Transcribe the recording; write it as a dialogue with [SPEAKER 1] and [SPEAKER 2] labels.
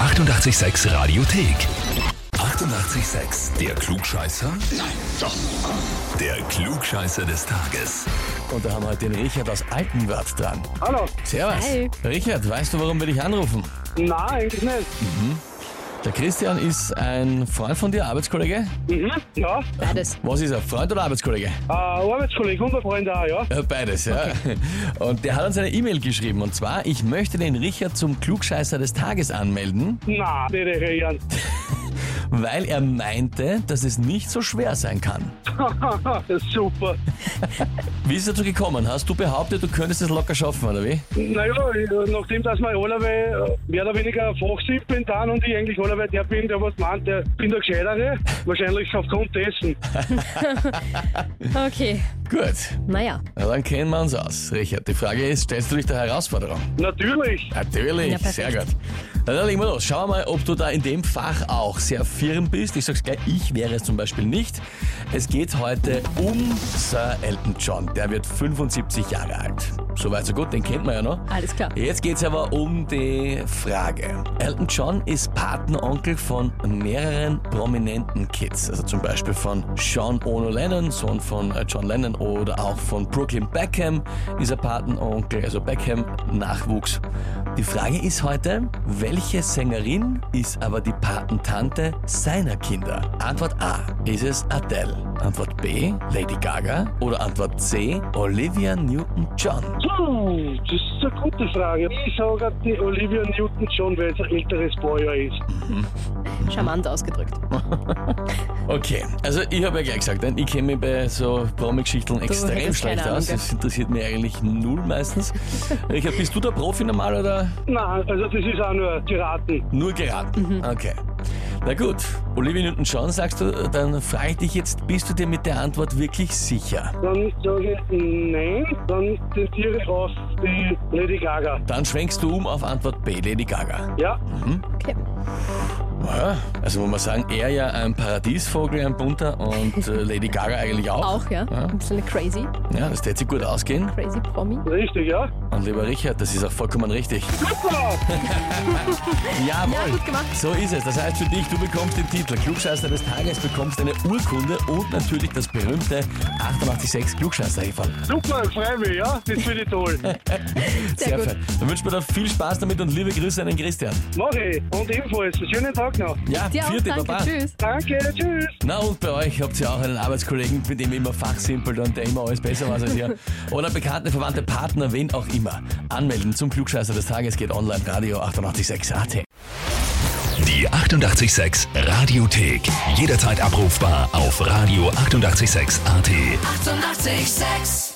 [SPEAKER 1] 886 Radiothek. 88,6. Der Klugscheißer? Nein, doch. Der Klugscheißer des Tages.
[SPEAKER 2] Und da haben wir heute den Richard aus Altenwörth dran.
[SPEAKER 3] Hallo.
[SPEAKER 2] Servus.
[SPEAKER 4] Hi.
[SPEAKER 2] Richard, weißt du, warum wir dich anrufen?
[SPEAKER 3] Na, eigentlich nicht.
[SPEAKER 2] Der Christian ist ein Freund von dir, Arbeitskollege?
[SPEAKER 3] Mhm. Ja, äh,
[SPEAKER 4] Beides.
[SPEAKER 2] Was ist er, Freund oder Arbeitskollege?
[SPEAKER 3] Arbeitskollege, unser Freund auch, ja.
[SPEAKER 2] Ja, beides, ja. Und der hat uns eine E-Mail geschrieben und zwar, ich möchte den Richard zum Klugscheißer des Tages anmelden,
[SPEAKER 3] Na, die reagieren.
[SPEAKER 2] weil er meinte, dass es nicht so schwer sein kann.
[SPEAKER 3] Super.
[SPEAKER 2] Wie ist er dazu gekommen? Hast du behauptet, du könntest es locker schaffen, oder wie?
[SPEAKER 3] Naja, ich, äh, nachdem, dass wir allerweil äh, mehr oder weniger ein Fachsieb bin dann und ich eigentlich allerweil der bin, der was meint, der bin der Gescheitere, wahrscheinlich aufgrund dessen.
[SPEAKER 4] Okay.
[SPEAKER 2] Gut,
[SPEAKER 4] Naja.
[SPEAKER 2] na, dann kennen wir uns aus, Richard. Die Frage ist, stellst du dich der Herausforderung?
[SPEAKER 3] Natürlich.
[SPEAKER 2] Natürlich,
[SPEAKER 4] Ja, perfekt.
[SPEAKER 2] sehr gut. Na, dann legen wir los. Schauen wir mal, ob du da in dem Fach auch sehr firm bist. Ich sag's gleich, ich wäre es zum Beispiel nicht. Es geht heute um Sir Elton John. Der wird 75 Jahre alt. Soweit so gut, den kennt man ja noch.
[SPEAKER 4] Alles klar.
[SPEAKER 2] Jetzt geht's aber um die Frage. Elton John ist Patenonkel von mehreren prominenten Kids. Also zum Beispiel von Sean Ono Lennon, Sohn von äh, John Lennon oder auch von Brooklyn Beckham ist er Patenonkel, also Beckham Nachwuchs. Die Frage ist heute, welche Sängerin ist aber die Patentante seiner Kinder? Antwort A, ist es Adele? Antwort B, Lady Gaga? Oder Antwort C, Olivia Newton-John?
[SPEAKER 3] Puh, das ist eine gute Frage. Ich sage die Olivia Newton-John, weil es ein älteres Bäuer ist.
[SPEAKER 4] Charmant ausgedrückt.
[SPEAKER 2] Okay, also ich habe ja gleich gesagt, nein, ich kenne mich bei so Promi-Geschichten extrem
[SPEAKER 4] hättest keine
[SPEAKER 2] schlecht
[SPEAKER 4] Ahnung,
[SPEAKER 2] aus.
[SPEAKER 4] gell?
[SPEAKER 2] Das interessiert mich eigentlich null meistens. Richard, bist du der Profi normal oder
[SPEAKER 3] Na, also das ist auch nur Piraten.
[SPEAKER 2] nur geraten?
[SPEAKER 4] Mhm.
[SPEAKER 2] Okay. Na gut, Olivia Newton-John sagst du, dann frage ich dich jetzt, bist du dir mit der Antwort wirklich sicher?
[SPEAKER 3] Dann sage ich nein, dann tendiere ich auf die Lady Gaga.
[SPEAKER 2] Dann schwenkst du um auf Antwort B, Lady Gaga.
[SPEAKER 3] Ja,
[SPEAKER 4] Okay.
[SPEAKER 2] Naja, also muss man sagen, er ja ein Paradiesvogel, ein bunter und äh, Lady Gaga eigentlich auch.
[SPEAKER 4] Auch, ja. Ein bisschen eine crazy,
[SPEAKER 2] Ja, das täte sich gut ausgehen.
[SPEAKER 4] crazy Promi.
[SPEAKER 3] richtig, ja.
[SPEAKER 2] Und lieber Richard, das ist auch vollkommen richtig.
[SPEAKER 3] Super!
[SPEAKER 2] Jawohl.
[SPEAKER 4] Ja, gut gemacht.
[SPEAKER 2] So ist es. Das heißt für dich, du bekommst den Titel Klugscheißer des Tages, bekommst eine Urkunde und natürlich das berühmte 886 klugscheißer -Häferl.
[SPEAKER 3] Super, freu mich, ja. Das finde ich toll.
[SPEAKER 2] Sehr
[SPEAKER 4] gut.
[SPEAKER 2] fein. Dann wünschen wir dir viel Spaß damit und liebe Grüße an den Christian.
[SPEAKER 3] Mach ich. Und ebenfalls, schönen Tag noch.
[SPEAKER 2] Ja,
[SPEAKER 4] Dir auch,
[SPEAKER 2] vierte
[SPEAKER 4] danke.
[SPEAKER 2] Baba.
[SPEAKER 4] Tschüss.
[SPEAKER 3] Danke, tschüss.
[SPEAKER 2] Na und bei euch habt ihr auch einen Arbeitskollegen, mit dem ihr immer fachsimpelt und der immer alles besser weiß als ihr. Oder bekannte, verwandte Partner, wen auch immer. Anmelden zum Klugscheißer des Tages geht online Radio 886 AT.
[SPEAKER 1] Die 88,6 Radiothek. Jederzeit abrufbar auf radio886.at. 88,6.
[SPEAKER 5] Eighty-eight, sex.